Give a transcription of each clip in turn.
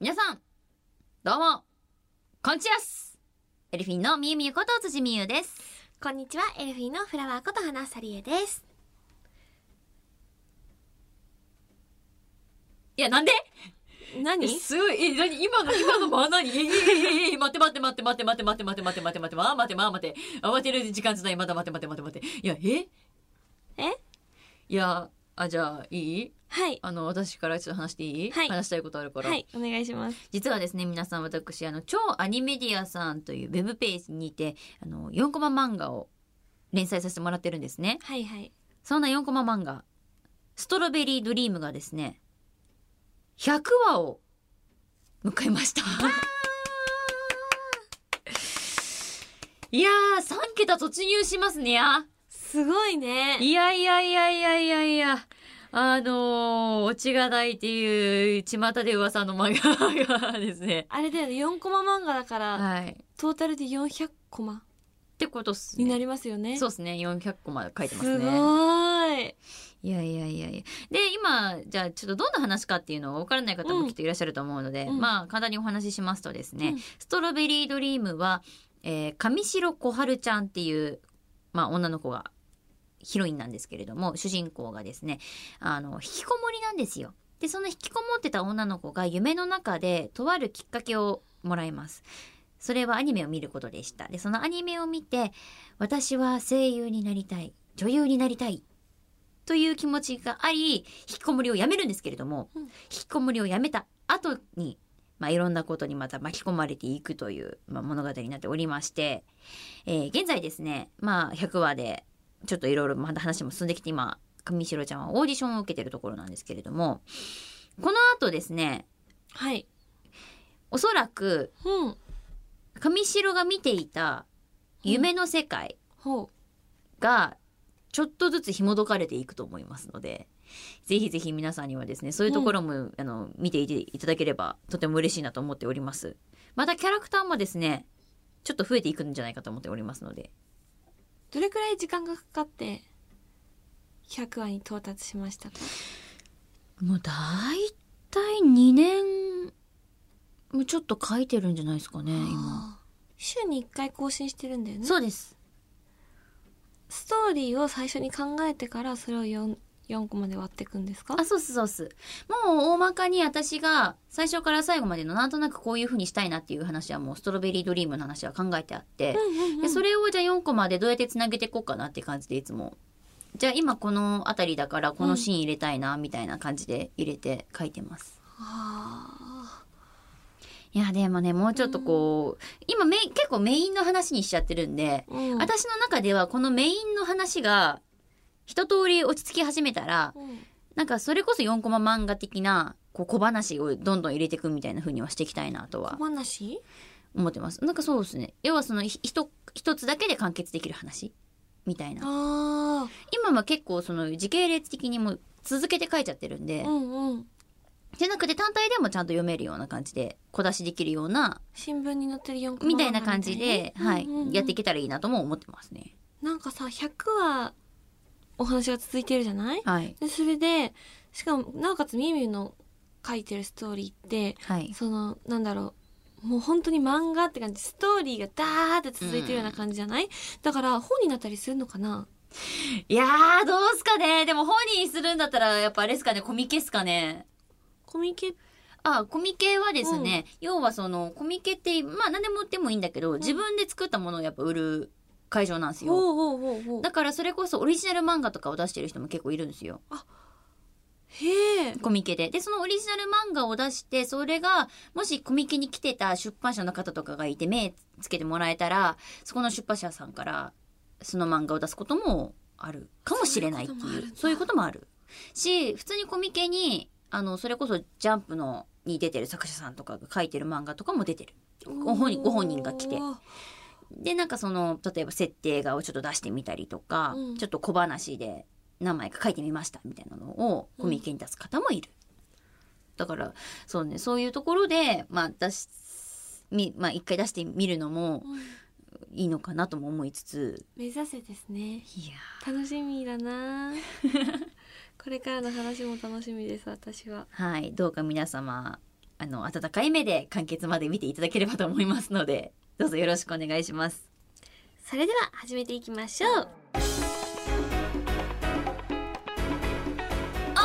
皆さん、どうも、こんちやすエルフィンのみゆみゆこと辻みゆです。こんにちは、エルフィーのフラワーこと花さりえです。いや、なんで何えすごい、え、なに今の、今の間何え、え、え、え、え、待って待って待って待って待って待って待って待って待って待って待って待って慌てる時間じゃない。まだ待って待って待って待って。いや、ええいや、あ、じゃあ、いいはい。あの、私からちょっと話していい、はい話したいことあるから。はい、お願いします。実はですね、皆さん私、あの、超アニメディアさんというウェブページにて、あの、4コマ漫画を連載させてもらってるんですね。はいはい。そんな4コマ漫画、ストロベリードリームがですね、100話を迎えました。いやー、3桁突入しますねや。すごいね。いやいやいやいやいやいや。あのー、オチがないっていう、巷で噂の漫画がですね。あれだよね、4コマ漫画だから、はい。トータルで400コマってことっすになね。りますよね。そうっすね。400個まで書いてますごね。ーい。いやいやいやいや。で、今、じゃあちょっとどんな話かっていうのを分からない方もきっといらっしゃると思うので、うんまあ簡単にお話ししますとですね、うんストロベリードリームは、えー上白小春ちゃんっていう、まあ女の子がヒロインなんですけれども、主人公がですね、あの、引きこもりなんですよ。で、その引きこもってた女の子が夢の中でとあるきっかけをもらいます。それはアニメを見ることでした。で、そのアニメを見て、私は声優になりたい、女優になりたい、という気持ちがあり、引きこもりをやめるんですけれども、うん引きこもりをやめた後に、まあ、いろんなことにまた巻き込まれていくという、まあ、物語になっておりまして、えー現在ですね、まあ、100話で、ちょっといろいろまだ話も進んできて、今、上白ちゃんはオーディションを受けてるところなんですけれども、この後ですね、はい。おそらく、うん。上白が見ていた夢の世界ほがちょっとずつ紐解かれていくと思いますので、ぜひぜひ皆さんにはですね、そういうところも、あの見ていていただければとても嬉しいなと思っております。またキャラクターもですね、ちょっと増えていくんじゃないかと思っておりますので、う。どれくらい時間がかかって、100話に到達しましたかもうだいたい2年もうちょっと書いてるんじゃないですかね、今。あー週に1回更新してるんだよね。そうです。ストーリーを最初に考えてから、それを 4, 4個まで割っていくんですかあ、そうそうそうそう。もう大まかに私が最初から最後までのなんとなくこういう風にしたいなっていう話はもうストロベリードリームの話は考えてあって、うんうんうんでそれをじゃあ4個までどうやってつなげていこうかなって感じでいつも。じゃあ今この辺りだからこのシーン入れたいなみたいな感じで入れて書いてます。あいやでもねもうちょっとこう、今メイン結構メインの話にしちゃってるんで、ーうん私の中ではこのメインの話が一通り落ち着き始めたら、うんなんかそれこそ4コマ漫画的なこう小話をどんどん入れていくみたいな風にはしていきたいなとは小話思ってます。なんかそうですね。要はそのひひと一つだけで完結できる話みたいな。あ今は結構その時系列的にもう続けて書いちゃってるんあでう、んうんじゃなくて単体でもちゃんと読めるような感じで小出しできるような新聞に載ってる4コマみたいな感じで、みたはいなねうんうんうんい、やっていけたらいいなとも思ってますね。なんかさ100話お話が続いてるじゃないはい。でそれでしかもなおかつみゆみゆの書いてるストーリーってはい。そのなんだろうもう本当に漫画って感じストーリーがダーって続いてるような感じじゃない、だから本になったりするのかないやー、どうすかねでも本にするんだったらやっぱあれですかね、コミケっすかね。コミケあ、コミケはですね、要はその、コミケって、まあ何でも売ってもいいんだけど、自分で作ったものをやっぱ売る会場なんですよ。おうおうおうおうだからそれこそオリジナル漫画とかを出してる人も結構いるんですよ。へえコミケで。で、そのオリジナル漫画を出して、それが、もしコミケに来てた出版社の方とかがいて、目つけてもらえたら、そこの出版社さんから、その漫画を出すこともあるかもしれないっていう。そそうういいううここともある。し、普通にコミケに、あの、それこそジャンプの、に出てる作者さんとかが書いてる漫画とかも出てる。ご本人ご本人が来ておーでなんかその例えば設定画をちょっと出してみたりとか、うんちょっと小話で何枚か書いてみましたみたいなのをコミケに出す方もいる、だからそうねそういうところでまあ出しみまあ一回出してみるのもうんいいのかなとも思いつつ目指せですねいや楽しみだ なこれからの話も楽しみです私ははいどうか皆様あの、温かい目で完結まで見ていただければと思いますので、どうぞよろしくお願いします。それでは始めていきましょうオー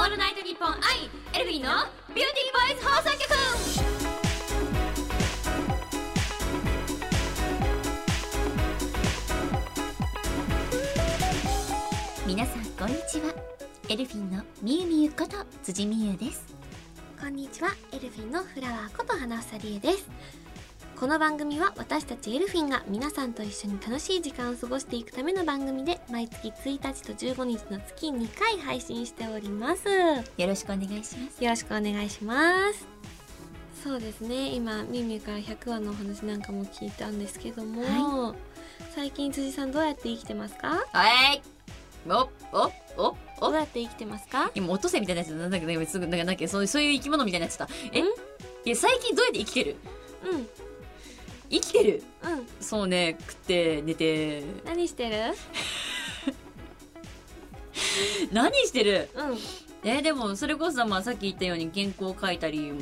ルナイトニッポン愛エルフィーのビューティーボーイズ放送局皆さんこんにちは。エルフィンのみゆみゆこと辻みゆです。こんにちはエルフィンのフラワーこと花房理恵ですこの番組は私たちエルフィンが皆さんと一緒に楽しい時間を過ごしていくための番組で毎月1日と15日の月2回配信しておりますよよろしくお願いします。ろしくお願いしますそうですね今ミュウミュウから100話のお話なんかも聞いたんですけども、最近辻さんどうやって生きてますかはい。お、お、お、どおう。やって生きてますか今、落とせみたいなやつなんだけど、今すぐ、なんか、なんかそういう、そういう生き物みたいになっちゃった。えんいや、最近どうやって生きてるうんう生きてるんそうね、食って、寝て、何してる何してるうえーでも、それこそ、まあ、さっき言ったように原稿書いたりも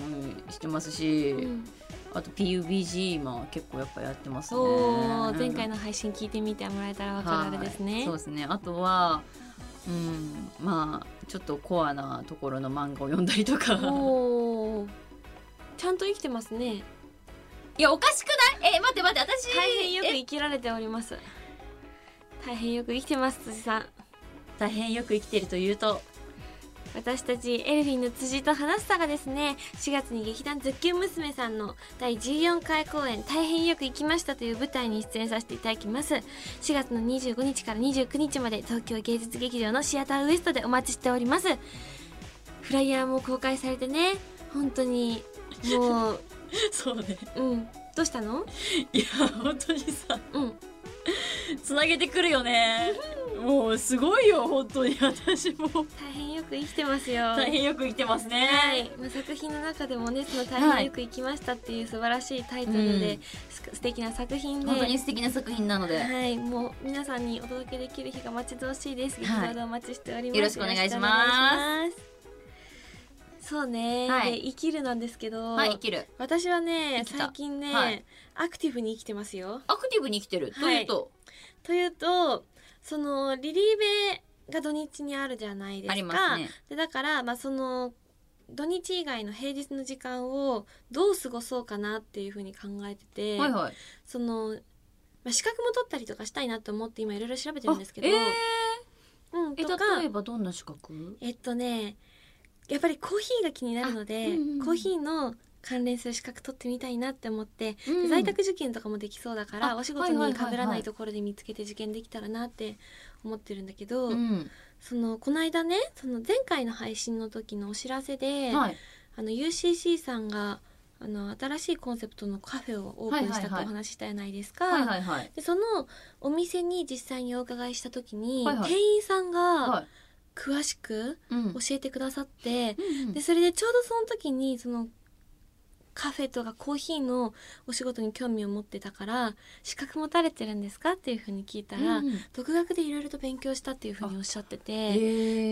してますし、ん、うん、あと PUBG、まあ、結構やっぱやってますね。そう前回の配信聞いてみてもらえたらわかるあれですはいねそうですね。あとは、うん、まあ、ちょっとコアなところの漫画を読んだりとか。おお。ちゃんと生きてますね。いや、おかしくないえ、待って待って、私。大変よくえ生きられております。大変よく生きてます辻さん。大変よく生きてるというと。私たちエルフィンの辻と話すさがですね4月に劇団ズッキュン娘さんの第14回公演「大変よく行きました」という舞台に出演させていただきます4月の25日から29日まで東京芸術劇場のシアターウエストでお待ちしておりますフライヤーも公開されてね本当にもう そうね。うんどうしたのいや、本当にさ、うんつなげてくるよね。もう、すごいよ、本当に。私も。大変よく生きてますよ 大変よく生きてますね。はい、まあ、作品の中でもねその「大変よく行きました」っていう素晴らしいタイトルで、うんす素敵な作品で本当に素敵な作品なので。はい、もう皆さんにお届けできる日が待ち遠しいです。劇場でお待ちしております。よろしくお願いしますよろしくお願いします。そうね、はいで生きるなんですけど、はい、生きる。私はね生きた最近ね、はいアクティブに生きてますよ。アクティブに生きてる。とはいいうと、というとそのリリーベが土日にあるじゃないですか。ありますね。でだから、まあ、その土日以外の平日の時間をどう過ごそうかなっていうふうに考えてて、はいはい。その、まあ、資格も取ったりとかしたいなと思って今いろいろ調べてるんですけど、あえーうん、えとか例えばどんな資格えっとねやっぱりコーヒーが気になるので、あうんうんうんコーヒーの関連する資格取ってみたいなって思って、で在宅受験とかもできそうだから、あお仕事はいはいはにいはいかぶらないところで見つけて受験できたらなって思ってるんだけど、うん。そのこの間ねその前回の配信の時のお知らせで、はい。あの UCC さんがあの新しいコンセプトのカフェをオープンはいしたとはいはおい話ししたじゃないですか。はいはいはい。でそのお店に実際にお伺いした時に、はいはい店員さんがはい。詳しくうん教えてくださって、うんでそれでちょうどその時にそのカフェとかコーヒーのお仕事に興味を持ってたから資格持たれてるんですかっていうふうに聞いたら、うん独学でいろいろと勉強したっていうふうにおっしゃってて。え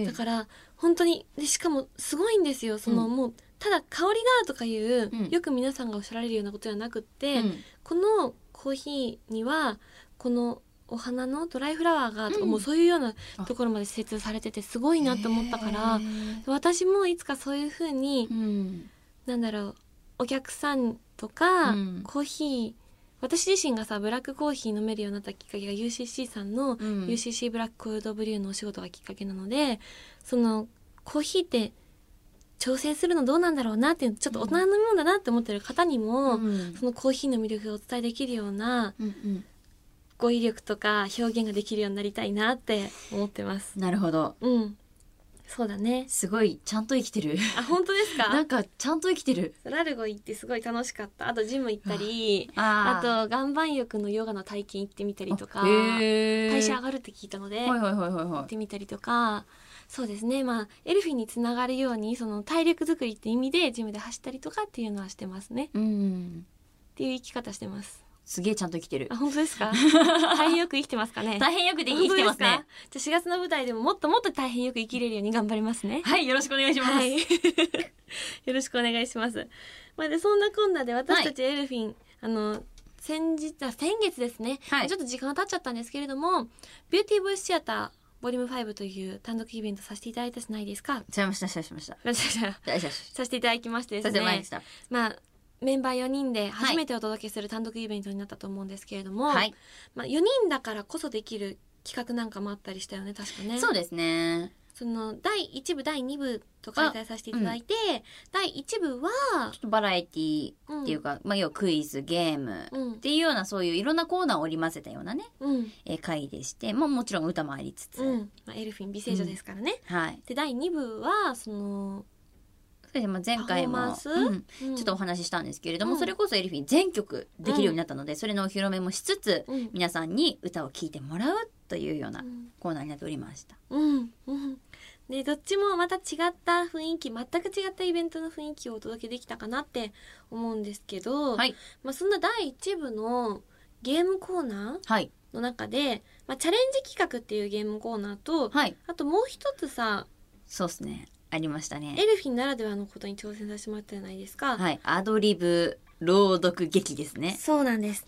ーだから本当にでしかもすごいんですよその、うもうただ香りがとかいう、うんよく皆さんがおっしゃられるようなことではなくって、うんこのコーヒーにはこのお花のドライフラワーがとか、うんもうそういうようなところまで精通されててすごいなと思ったから、へー私もいつかそういうふうに、うんなんだろうお客さんとか、うんコーヒー私自身がさブラックコーヒー飲めるようになったきっかけが UCC さんのうん UCC ブラックコールドブリューのお仕事がきっかけなのでそのコーヒーって挑戦するのどうなんだろうなっていうちょっと大人のもんだなって思ってる方にも、うんそのコーヒーの魅力をお伝えできるようなうんうん語彙力とか表現ができるようになりたいなって思ってます。なるほどうん、そうだね。すごいちゃんと生きてるあ本 当ですなかんかちゃんと生きてるラルゴ行ってすごい楽しかったあとジム行ったりああーと岩盤浴のヨガの体験行ってみたりとかあへー代謝上がるって聞いたので、はいはいはいはいやっはてみたりとかそうですねまあエルフィンにつながるようにその体力作りって意味でジムで走ったりとかっていうのはしてますねいうんっていう生き方してますすげえちゃんと生きてるあ、本当です か大変よく生きてますかね大変よくで生きてます本ね当ですかじゃあ4月の舞台でももっともっと大変よく生きれるように頑張りますね。はいよろしくお願いします、はい。 よろしくお願いします。まあ、で、そんなこんなで私たちエルフィン、あの、先日、あ、先月ですね。はいちょっと時間が経っちゃったんですけれども、ビューティーボイスシアター、ボリューム5という単独イベントさせていただいたじゃないですか。 ちゃいましたしちゃいました間違えた大丈夫ですさせていただきましてでさせすてもらいねま。したまあ、メンバー4人で初めてお届けする単独イベントになったと思うんですけれども、はいまあ、4人だからこそできる企画なんかもあったりしたよね、確かね。そうですねその第1部第2部と開催させていただいて、第1部は、ちょっとバラエティーっていうか、まあ要はクイズゲームうんっていうようなそういういろんなコーナーを織り交ぜたようなね、うんえー回でしてもうもちろん歌もありつつ、うんまあ、エルフィン美声女ですからね。はいで第2部はその、そうですねまあ前回パフォーマもン、スうんうんちょっとお話ししたんですけれども、うんそれこそエルフィン全曲できるようになったので、それのお披露目もしつつ、うん皆さんに歌を聴いてもらうというようなうんコーナーになっておりました。うんうんでどっちもまた違った雰囲気全く違ったイベントの雰囲気をお届けできたかなって思うんですけど、はいまあ、そんな第1部のゲームコーナはいーの中で、まあ、チャレンジ企画っていうゲームコーナーと、はいあともう一つさそうですねありましたエね。ルフィンならではのことに挑戦させてもらったじゃないですか。はいアドリブ朗読劇ですね。そうなんです。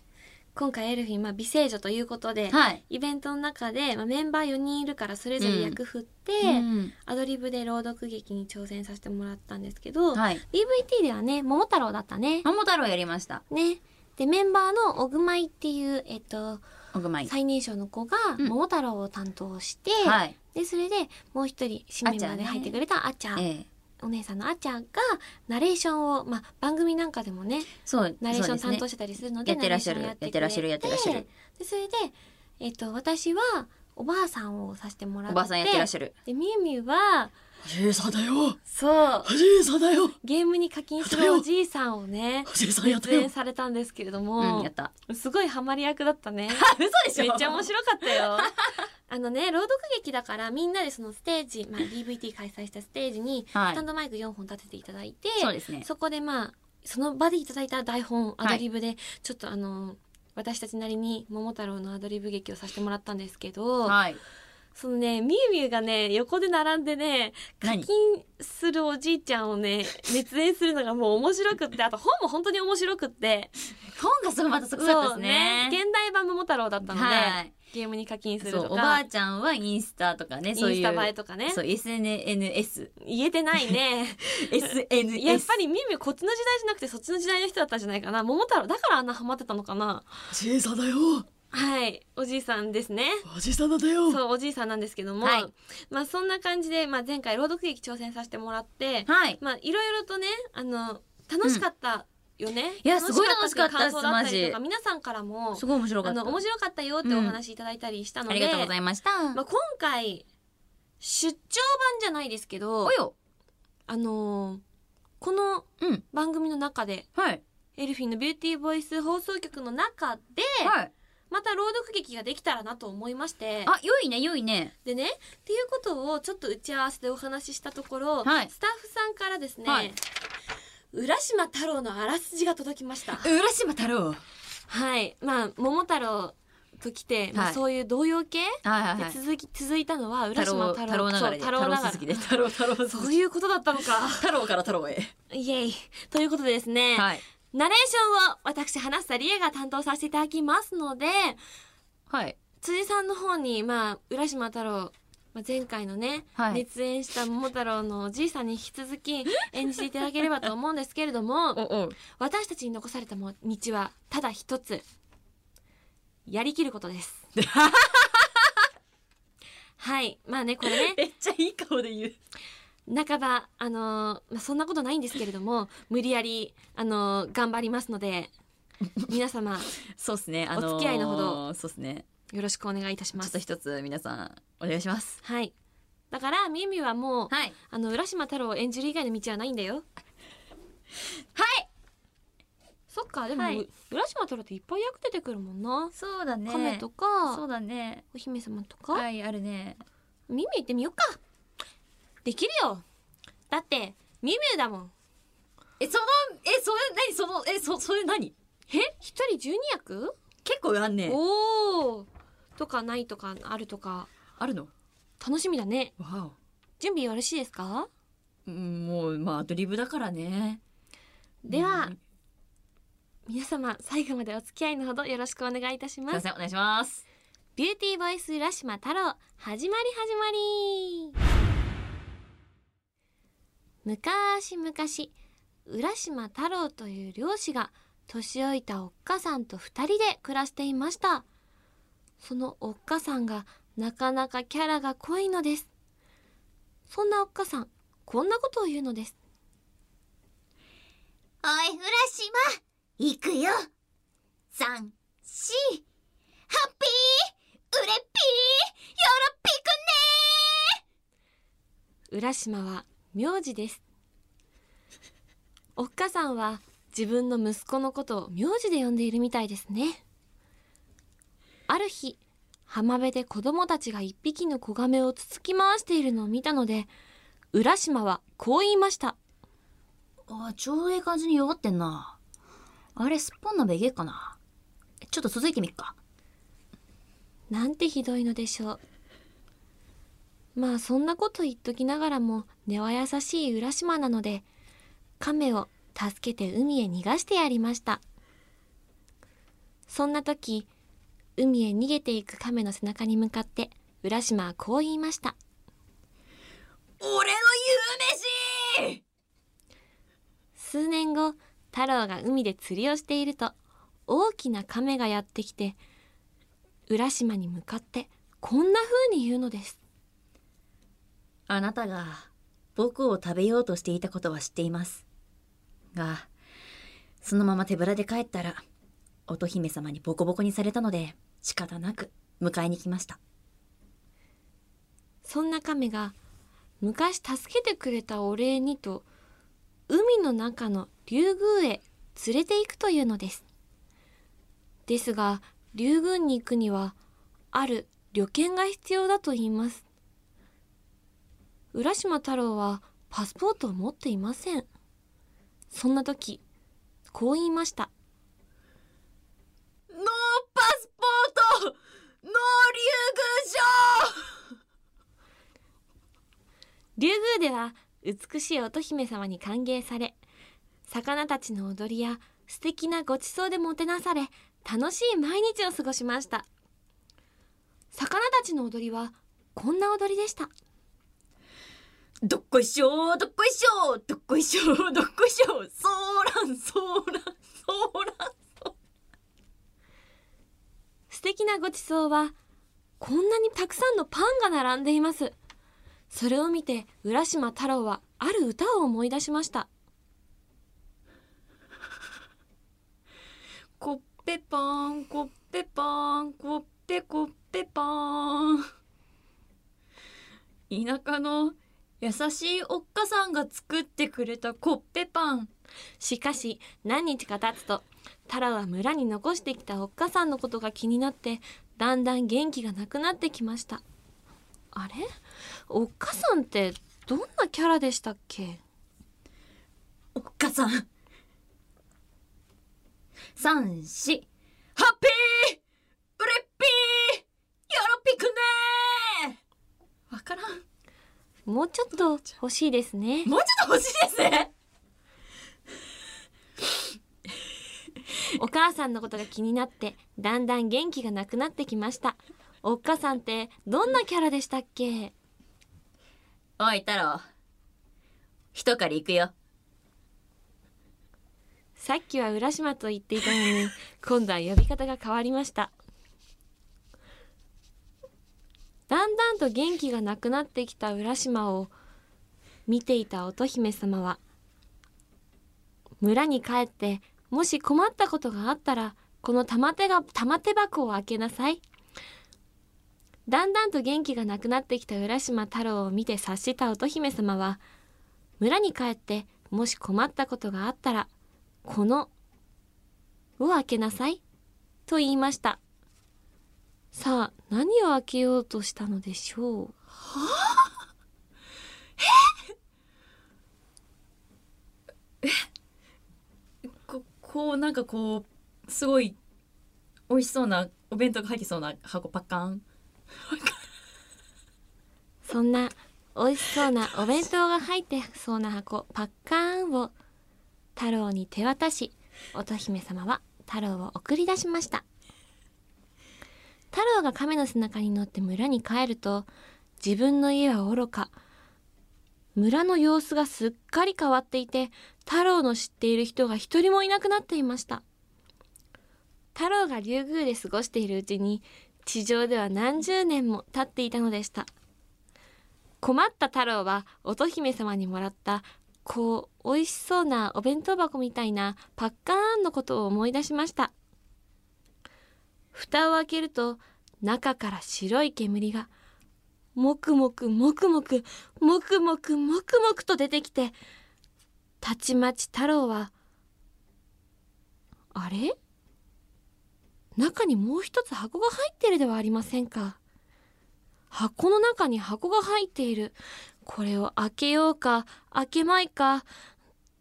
今回エルフィン、まあ、美声女ということで、はい。イベントの中で、まあ、メンバー4人いるからそれぞれ役振って、うんアドリブで朗読劇に挑戦させてもらったんですけど、はい。 DVT ではね、桃太郎だったね。桃太郎やりました。ね。で、メンバーの小熊井っていう、えっと、おぐまい。最年少の子がうん桃太郎を担当して、はい。で、それでもう一人、新メンバーで入ってくれたあちゃん、ええ。お姉さんのあちゃんが、ナレーションを、まあ、番組なんかでもね、そう。ナレーションそうです担当ねしてたりするので、やってらっしゃるナレーションやってらっしゃるやってらっしゃるでそれで、えっと、私はおばあさんをさせてもらっおてばあさんやってらっしゃる。でみゆみゆはおじいさんだよそうおじいさんだよゲームに課金するおじいさんをねおじいさんやった出よ演されたんですけれどうん、もやっ、た。すごいハマり役だったね嘘でめっちゃ面白かっ たよあのね朗読劇だからみんなでそのステージ、 まあ、DVT 開催したステージにはいスタンドマイク4本立てていただいて、そうですね。そこでまあその場でいただいた台本はいアドリブで、ちょっとあの私たちなりに桃太郎のアドリブ劇をさせてもらったんですけど、はい。そのねみゆみゆがね横で並んでね課何金するおじいちゃん をね熱演するのがもう面白くってあと本も本当に面白くって本がすごいまたすごかったですね。そう現代版桃太郎だったので、はい。ゲームに課金するそとうかおばあちゃんはインスタとかねそういうインスタ映えとかねそう SNS 言えてないね SNS やっぱりみゆみゆこっちの時代じゃなくてそっちの時代の人だったんじゃないかな桃太郎だからあんなハマってたのかなおじいさんだよはい、おじいさんですね。おじいさんだよそう、おじいさんなんですけども、はいまあそんな感じで、まあ前回朗読劇挑戦させてもらって、はいまあいろいろとね、あの、楽しかったよね。いやすごいっていう感想だりとか楽しかったですマジ皆さんからもす、ごい面白かあったの、面白かったよってお話いただいたりしたのあで、りがとうございました、まあ今回、出張版じゃないですけどお、よあのーこのうん番組の中で、はいエルフィンのビューティーボイス放送局の中で、はいまた朗読劇ができたらなと思いまして、あ良いね良いねでねっていうことをちょっと打ち合わせでお話ししたところ、はいスタッフさんからですね、はい浦島太郎のあらすじが届きました浦島太郎はいはいまあ桃太郎ときて、まはあ、いそういう童謡系、はいではい続き続いたのは浦太島郎太太郎郎ながらでそう太郎ながら鈴木で太郎太郎鈴そう木いうことだったのか太郎から太郎へイエイということでですね、はいナレーションを私花下理恵が担当させていただきますのではい辻さんの方に、まあ、浦島太郎、まあ、前回のね、はい熱演した桃太郎のおじいさんに引き続き 演じていただければと思うんですけれどもお 私たちに残されたも道はただ一つやりきることです はいまあねこれねめっちゃいい顔で言う半ばあのーまあ、そんなことないんですけれども無理やりあのー頑張りますので皆様そうですねあのーお付き合いのほどそうですねよろしくお願いいたしまちょっとす一つ皆さんお願いしますはいだからミミはもう、はいあの浦島太郎を演じる以外の道はないんだよはいそっかでも、はい浦島太郎っていっぱい役出てくるもんな、そうだね亀とそうかだねお姫様とか、はいあるねミミ行ってみよっかできるよだってミミュウだもんえそのえそれ何そのえそそれ何え一人十二役結構あんねおおとかないとかあるとかあるの楽しみだねわ準備よろしいですかおうんもうまあアドリブだからねでは、うん皆様最後までお付き合いのほどよろしくお願いいたしすいまますせんお願いしますビューティーボイス浦島太郎始まり始まり昔々浦島太郎という漁師が年老いたおっかさんと二人で暮らしていましたそのおっかさんがなかなかキャラが濃いのですそんなおっかさんこんなことを言うのですおい、浦島、行くよ。三、四、ハッピー、うれっぴー、よろぴく浦島は名字ですおっかさんは自分の息子のことを名字で呼んでいるみたいですねある日浜辺で子供たちが一匹の子ガメをつつき回しているのを見たので浦島はこう言いましたあちょうどいい感じに弱ってんなあれすっぽん鍋いけっかなちょっと続いてみっかなんてひどいのでしょうまあそんなこと言っときながらも根は優しい浦島なので亀を助けて海へ逃がしてやりましたそんな時海へ逃げていく亀の背中に向かって浦島はこう言いました俺の夕飯数年後太郎が海で釣りをしていると大きな亀がやってきて浦島に向かってこんな風に言うのですあなたが僕を食べようとしていたことは知っています。が、そのまま手ぶらで帰ったら、乙姫様にボコボコにされたので、仕方なく迎えに来ました。そんな亀が昔助けてくれたお礼にと海の中の竜宮へ連れて行くというのですですが竜宮に行くにはある旅券が必要だと言います浦島太郎はパスポートを持っていませんそんな時こう言いましたノーパスポートノー竜竜宮では美しい乙姫様に歓迎され魚たちの踊りや素敵なごちそうでもてなされ楽しい毎日を過ごしました魚たちの踊りはこんな踊りでした宮城どっこいしょどっこいしょどっこいしょどっこいしょそーらんそーらんそーらん素敵なごちそうはこんなにたくさんのパンが並んでいますそれを見て浦島太郎はある歌を思い出しましたコッペパンコッペパンコッペコッペパン田舎の優しいおっかさんが作ってくれたコッペパンしかし何日か経つとタラは村に残してきたおっかさんのことが気になってだんだん元気がなくなってきましたあれおっかさんってどんなキャラでしたっけおっかさん三四ハッピーうれっぴーよろぴくねーわからんもうちょっと欲しいですねもうちょっと欲しいですねお母さんのことが気になってだんだん元気がなくなってきましたおっかさんってどんなキャラでしたっけおい太郎一狩り行くよさっきは浦島と言っていたのに 今度は呼び方が変わりましただんだんと元気がなくなってきた浦島を見ていた乙姫様は村に帰ってもし困ったことがあったらこの玉手が玉手箱を開けなさいだんだんと元気がなくなってきた浦島太郎を見て察した乙姫様は村に帰ってもし困ったことがあったらこのを開けなさいと言いましたさあ何を開けようとしたのでしょうここうなんかこうすごい美味しそうなお弁当が入ってそうな箱パッカンそんな美味しそうなお弁当が入ってそうな箱パッカーンを太郎に手渡し乙姫様は太郎を送り出しました太郎が亀の背中に乗って村に帰ると自分の家はおろか村の様子がすっかり変わっていて太郎の知っている人が一人もいなくなっていました太郎が竜宮で過ごしているうちに地上では何十年も経っていたのでした困った太郎は乙姫様にもらったこう美味しそうなお弁当箱みたいなパッカーンのことを思い出しました蓋を開けると中から白い煙がもくもくもくもくもくもくもくもくと出てきてたちまち太郎はあれ中にもう一つ箱が入ってるではありませんか箱の中に箱が入っている。これを開けようか、開けまいか、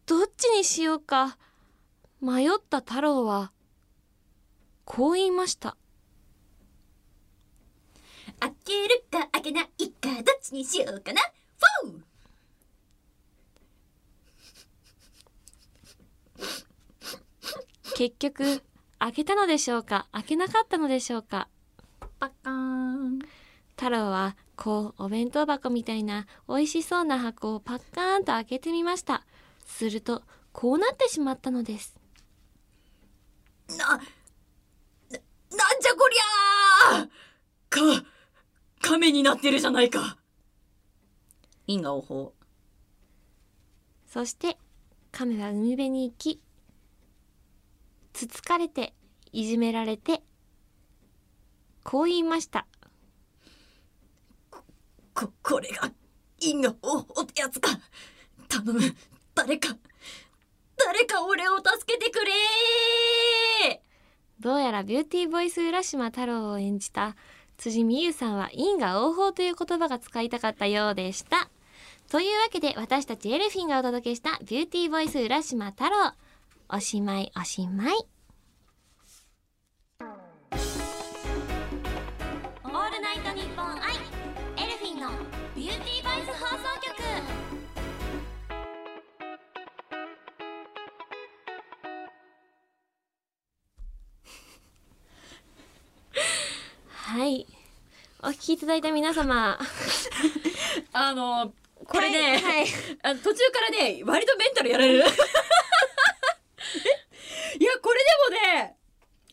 どっちにしようか。迷った太郎は、こう言いました。開けるか開けないかどっちにしようかなフォー結局、開けたのでしょうか、開けなかったのでしょうか。パッカン太郎はこうお弁当箱みたいな美味しそうな箱をパッカーンと開けてみましたするとこうなってしまったのですなんじゃこりゃーか、亀になってるじゃないか。因果応報そして亀は海辺に行きつつかれていじめられてこう言いましたこ、これが、因果応報ってやつか。頼む、誰か、誰か俺を助けてくれどうやらビューティーボイス浦島太郎を演じた辻美優さんは因果応報という言葉が使いたかったようでした。というわけで私たちエルフィンがお届けしたビューティーボイス浦島太郎。おしまいおしまい。オールナイトニッポンアイエルフィンのビューティーボイス放送局。はい。お聞きいただいた皆様。あのこれね、はいはいあの途中からね割とメンタルやられる いやこれでもね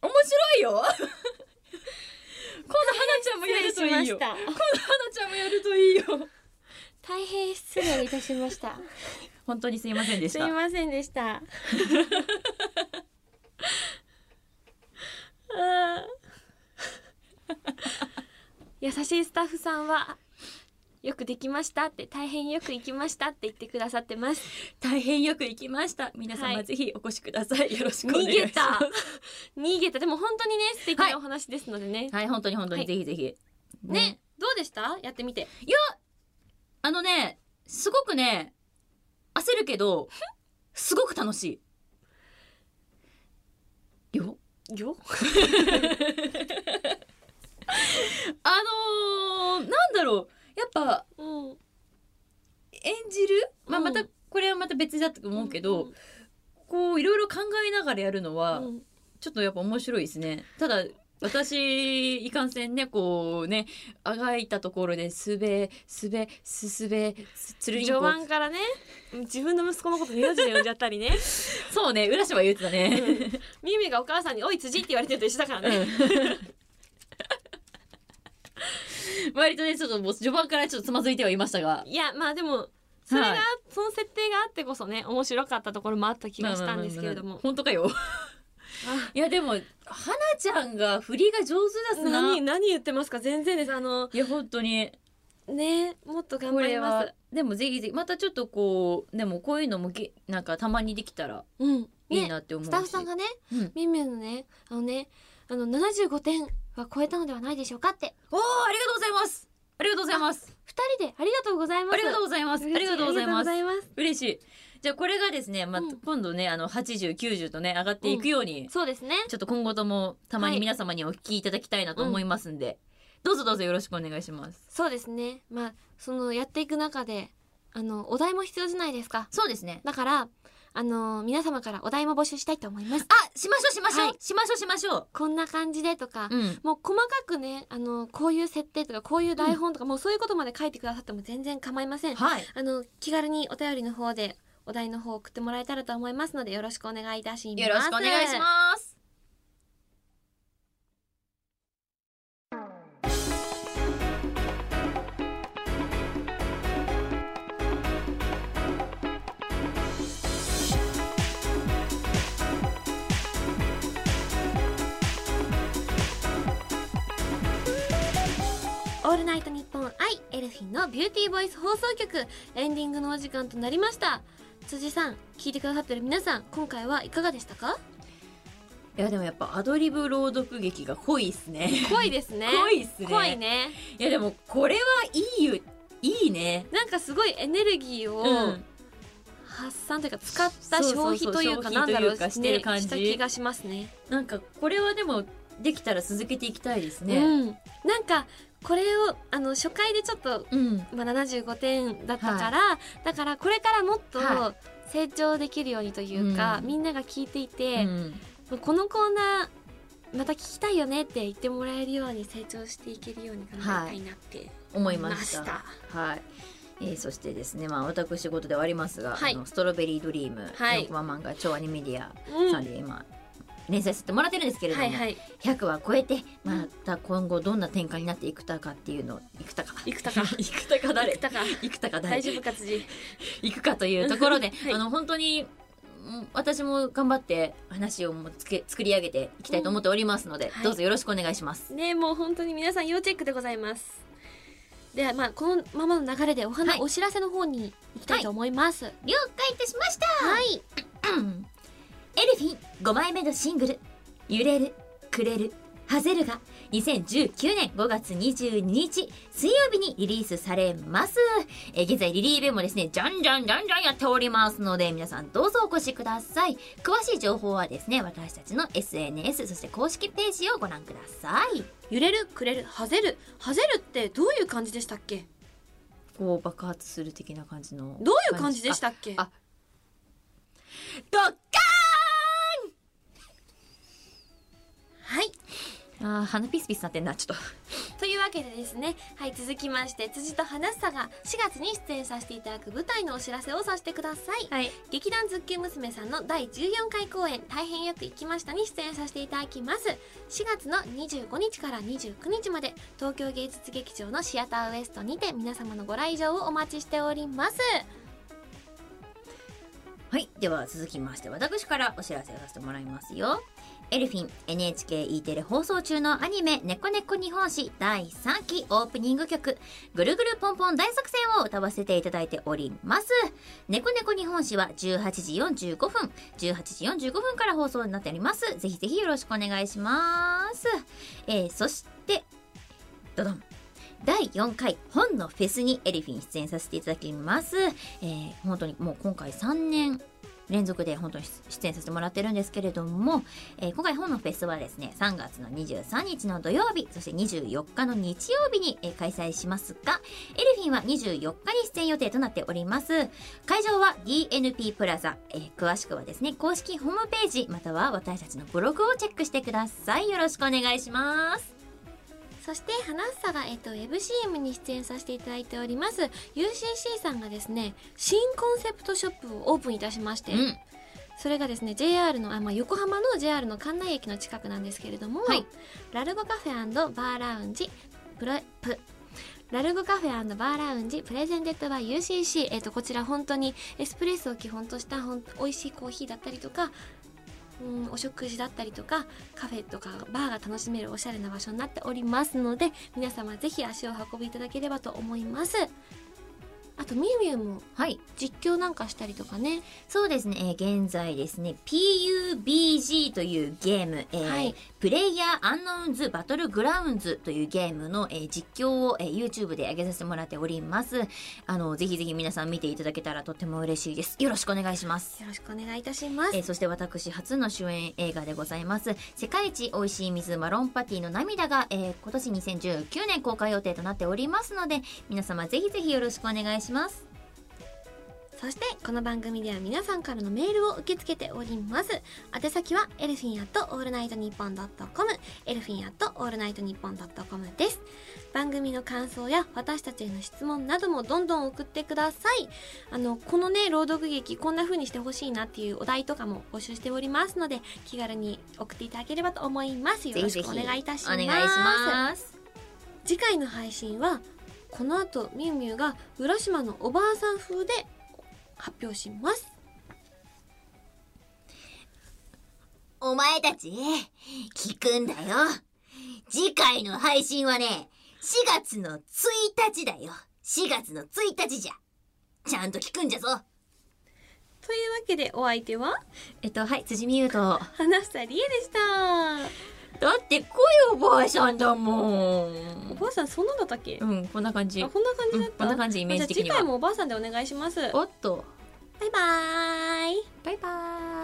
面白いよ今度花ちゃんもやるといいよ今度失礼しまし花ちゃんもやるといいよた大変失礼いたしました。本当にすいませんでし すたいませんでした。あー 優しいスタッフさんは。よくできましたって大変よく行きましたって言ってくださってます。大変よく行きました皆様、はいぜひお越しくださいよろしくお願逃いしげますた。逃げた。でも本当にね素敵なお話ですのでね。はい本当に本当に、はいぜひぜひねどうでした？やってみて。あのねすごくね焦るけどすごく楽しいよよ。あのー、なんだろうやっぱうん。演じる、まあ、うんまたこれはまた別だと思うけど、んこういろいろ考えながらやるのは、うんちょっとやっぱ面白いですねただ私いかんせんねこうねあがいたところですべすべすすべすつるりん序こ盤からね自分の息子のこと名字で呼んじゃったり ねそうね浦島言ってたね、ミミがお母さんに「おい辻」って言われてると一緒だからね、 割とねちょっともう序盤からちょっとつまずいてはいましたがいやまあでもそれが、はいその設定があってこそね面白かったところもあった気がしたんですけれどまあまあまあまあも本当かよいやでも花ちゃんが振りが上手だすな何何言ってますか全然ですあのいや本当にねもっと頑こ張りれまはすでもぜひぜひまたちょっとこうでもこういうのもげなんかたまにできたらうんいいねなって思うし、スタッフさんがねうんミミのねあのねあの75点は超えたのではないでしょうかっておーありがとうございますありがとうございます二人でありがとうございますありがとうございますありがとうございますありがとうございます嬉しいじゃあこれがですね、まあうん今度ねあの80、90とね上がっていくように、そうですね。ちょっと今後ともたまはにい皆様にお聞きいただきたいなと思いますんで、どうぞどうぞよろしくお願いします。そうですね。まあ、そのやっていく中で、あの、お題も必要じゃないですか。そうですね。だから、あの、皆様からお題も募集したいと思います。あ、しましょうしましょう、はいしましょうしましょう。こんな感じでとか、うん。もう細かくね、あの、こういう設定とか、こういう台本とか、もうそういうことまで書いてくださっても全然構いません。はい。あの、気軽にお便りの方で、お題の方を送ってもらえたらと思いますので、よろしくお願いいたします。よろしくお願いします。オールナイトニッポン愛エルフィンのビューティーボイス放送局エンディングのお時間となりました辻さん聞いてくださってる皆さん今回はいかがでしたかいやでもやっぱアドリブ朗読劇が濃いっすね。濃いですね濃いっすね。濃いねいやでもこれはいいよいいね。なんかすごいエネルギーうをん発散というか使ったそうそうそう消費というか消なん費だといろううかねしてる感じした気がしますねなんかこれはでもできたら続けていきたいですうね。んなんかこれをあの初回でちょっと、うん。まあ、75点だったから、だからこれからもっとは成長できるようにというか、うんみんなが聞いていて、うんまあこのコーナーまた聞きたいよねって言ってもらえるように成長していけるように頑張りたいなって思い思まいまし。したた。はい。えー、そしてですね、まあ、私事ではありますが、はいあのストロベリードリーム、はい横浜漫画超アニメディアうんさんで今、連載させてもらってるんですけれども、はいはい。 100話超えてまた今後どんな展開になっていくたかっていうのをいくたかいくたか いくたか誰誰たかいくたか誰大丈夫か辻。いくかというところで、はいあの本当にうん私も頑張って話をもうつけ作り上げていきたいと思っておりますので、うんはいどうぞよろしくお願いします。ねもう本当に皆さん要チェックでございます。ではまあこのままの流れでお花、はいお知らせの方に行きたいと思います。了解いたしましたはい エルフィン5枚目のシングル「揺れるくれるハゼル」が2019年5月22日水曜日にリリースされます、えー現在リリーベもですねじゃんじゃんじゃんじゃんやっておりますので皆さんどうぞお越しください詳しい情報はですね私たちの SNS そして公式ページをご覧ください揺れるくれるはぜるはぜるってどういう感じでしたっけ？こう爆発する的な感じのどういう感じでしたっけ？ああドッカーンはい。あー鼻ピスピスなってんなちょっとというわけでですねはい続きまして辻と花さが4月に出演させていただく舞台のお知らせをさせてください、はい劇団ズッキュン娘さんの第14回公演「大変よく行きました」に出演させていただきます4月の25日から29日まで東京芸術劇場のシアターウエストにて皆様のご来場をお待ちしておりますはい。では続きまして、私からお知らせをさせてもらいますよ。エルフィン NHKE テレ放送中のアニメ「ねこねこ日本史」第3期オープニング曲「ぐるぐるポンポン大作戦」を歌わせていただいております。ねこねこ日本史は18時45分、18時45分から放送になっております。ぜひぜひよろしくお願いします。えー、そして、どどん。第4回本のフェスにエルフィン出演させていただきます。えー本当にもう今回3年連続で本当に出演させてもらってるんですけれども、えー今回本のフェスはですね3月の23日の土曜日そして24日の日曜日に、えー開催しますがエルフィンは24日に出演予定となっております会場は DNP プラザ、えー詳しくはですね公式ホームページまたは私たちのブログをチェックしてくださいよろしくお願いしますそして花房が、えっと、ウェブ CM に出演させていただいております UCC さんがですね新コンセプトショップをオープンいたしまして、うんそれがですね JR のあ、まあ、横浜の JR の関内駅の近くなんですけれども、はいラルゴカフェバーラウンジプロプラルゴカフェバーラウンジプレゼンテッドバイ UCC、えっとこちら本当にエスプレッソを基本としたほん美味しいコーヒーだったりとかうんお食事だったりとかカフェとかバーが楽しめるおしゃれな場所になっておりますので皆様ぜひ足を運びいただければと思いますあとみゆみゆもはい。実況なんかしたりとかねそうですね、えー現在ですね、PUBG というゲーム、えーはいプレイヤーアンノーンズバトルグラウンズというゲームの、えー実況を、えー YouTube で上げさせてもらっております。あの、ぜひぜひ皆さん見ていただけたらとても嬉しいです。よろしくお願いします。よろしくお願いいたしますえーそして私初の主演映画でございます「世界一おいしい水マロンパティの涙が」えー今年2019年公開予定となっておりますので皆様ぜひぜひよろしくお願いしますそしてこの番組では皆さんからのメールを受け付けております宛先はエルフィンアットオールナイトニッポンドットコムエルフィンアットオールナイトニッポンドットコムです番組の感想や私たちへの質問などもどんどん送ってくださいあのこのね朗読劇こんな風にしてほしいなっていうお題とかも募集しておりますので気軽に送っていただければと思いますよろしくお願いいたしますお願いします次回の配信はこの後みゆみゆが浦島のおばあさん風で発表しますお前たち、聞くんだよ。次回の配信はね、4月の1日だよ。4月の1日じゃ。ちゃんと聞くんじゃぞ。というわけでお相手はえっとはい辻美優と花房理恵でしただって声おばあさんだもおんばあさんそんなだったっけ、うあんこんな感じこんな感じだっうんた、こんな感じイメージ的にはじゃあ次回もおばあさんでお願いしますバイおっとバーイバイバーイ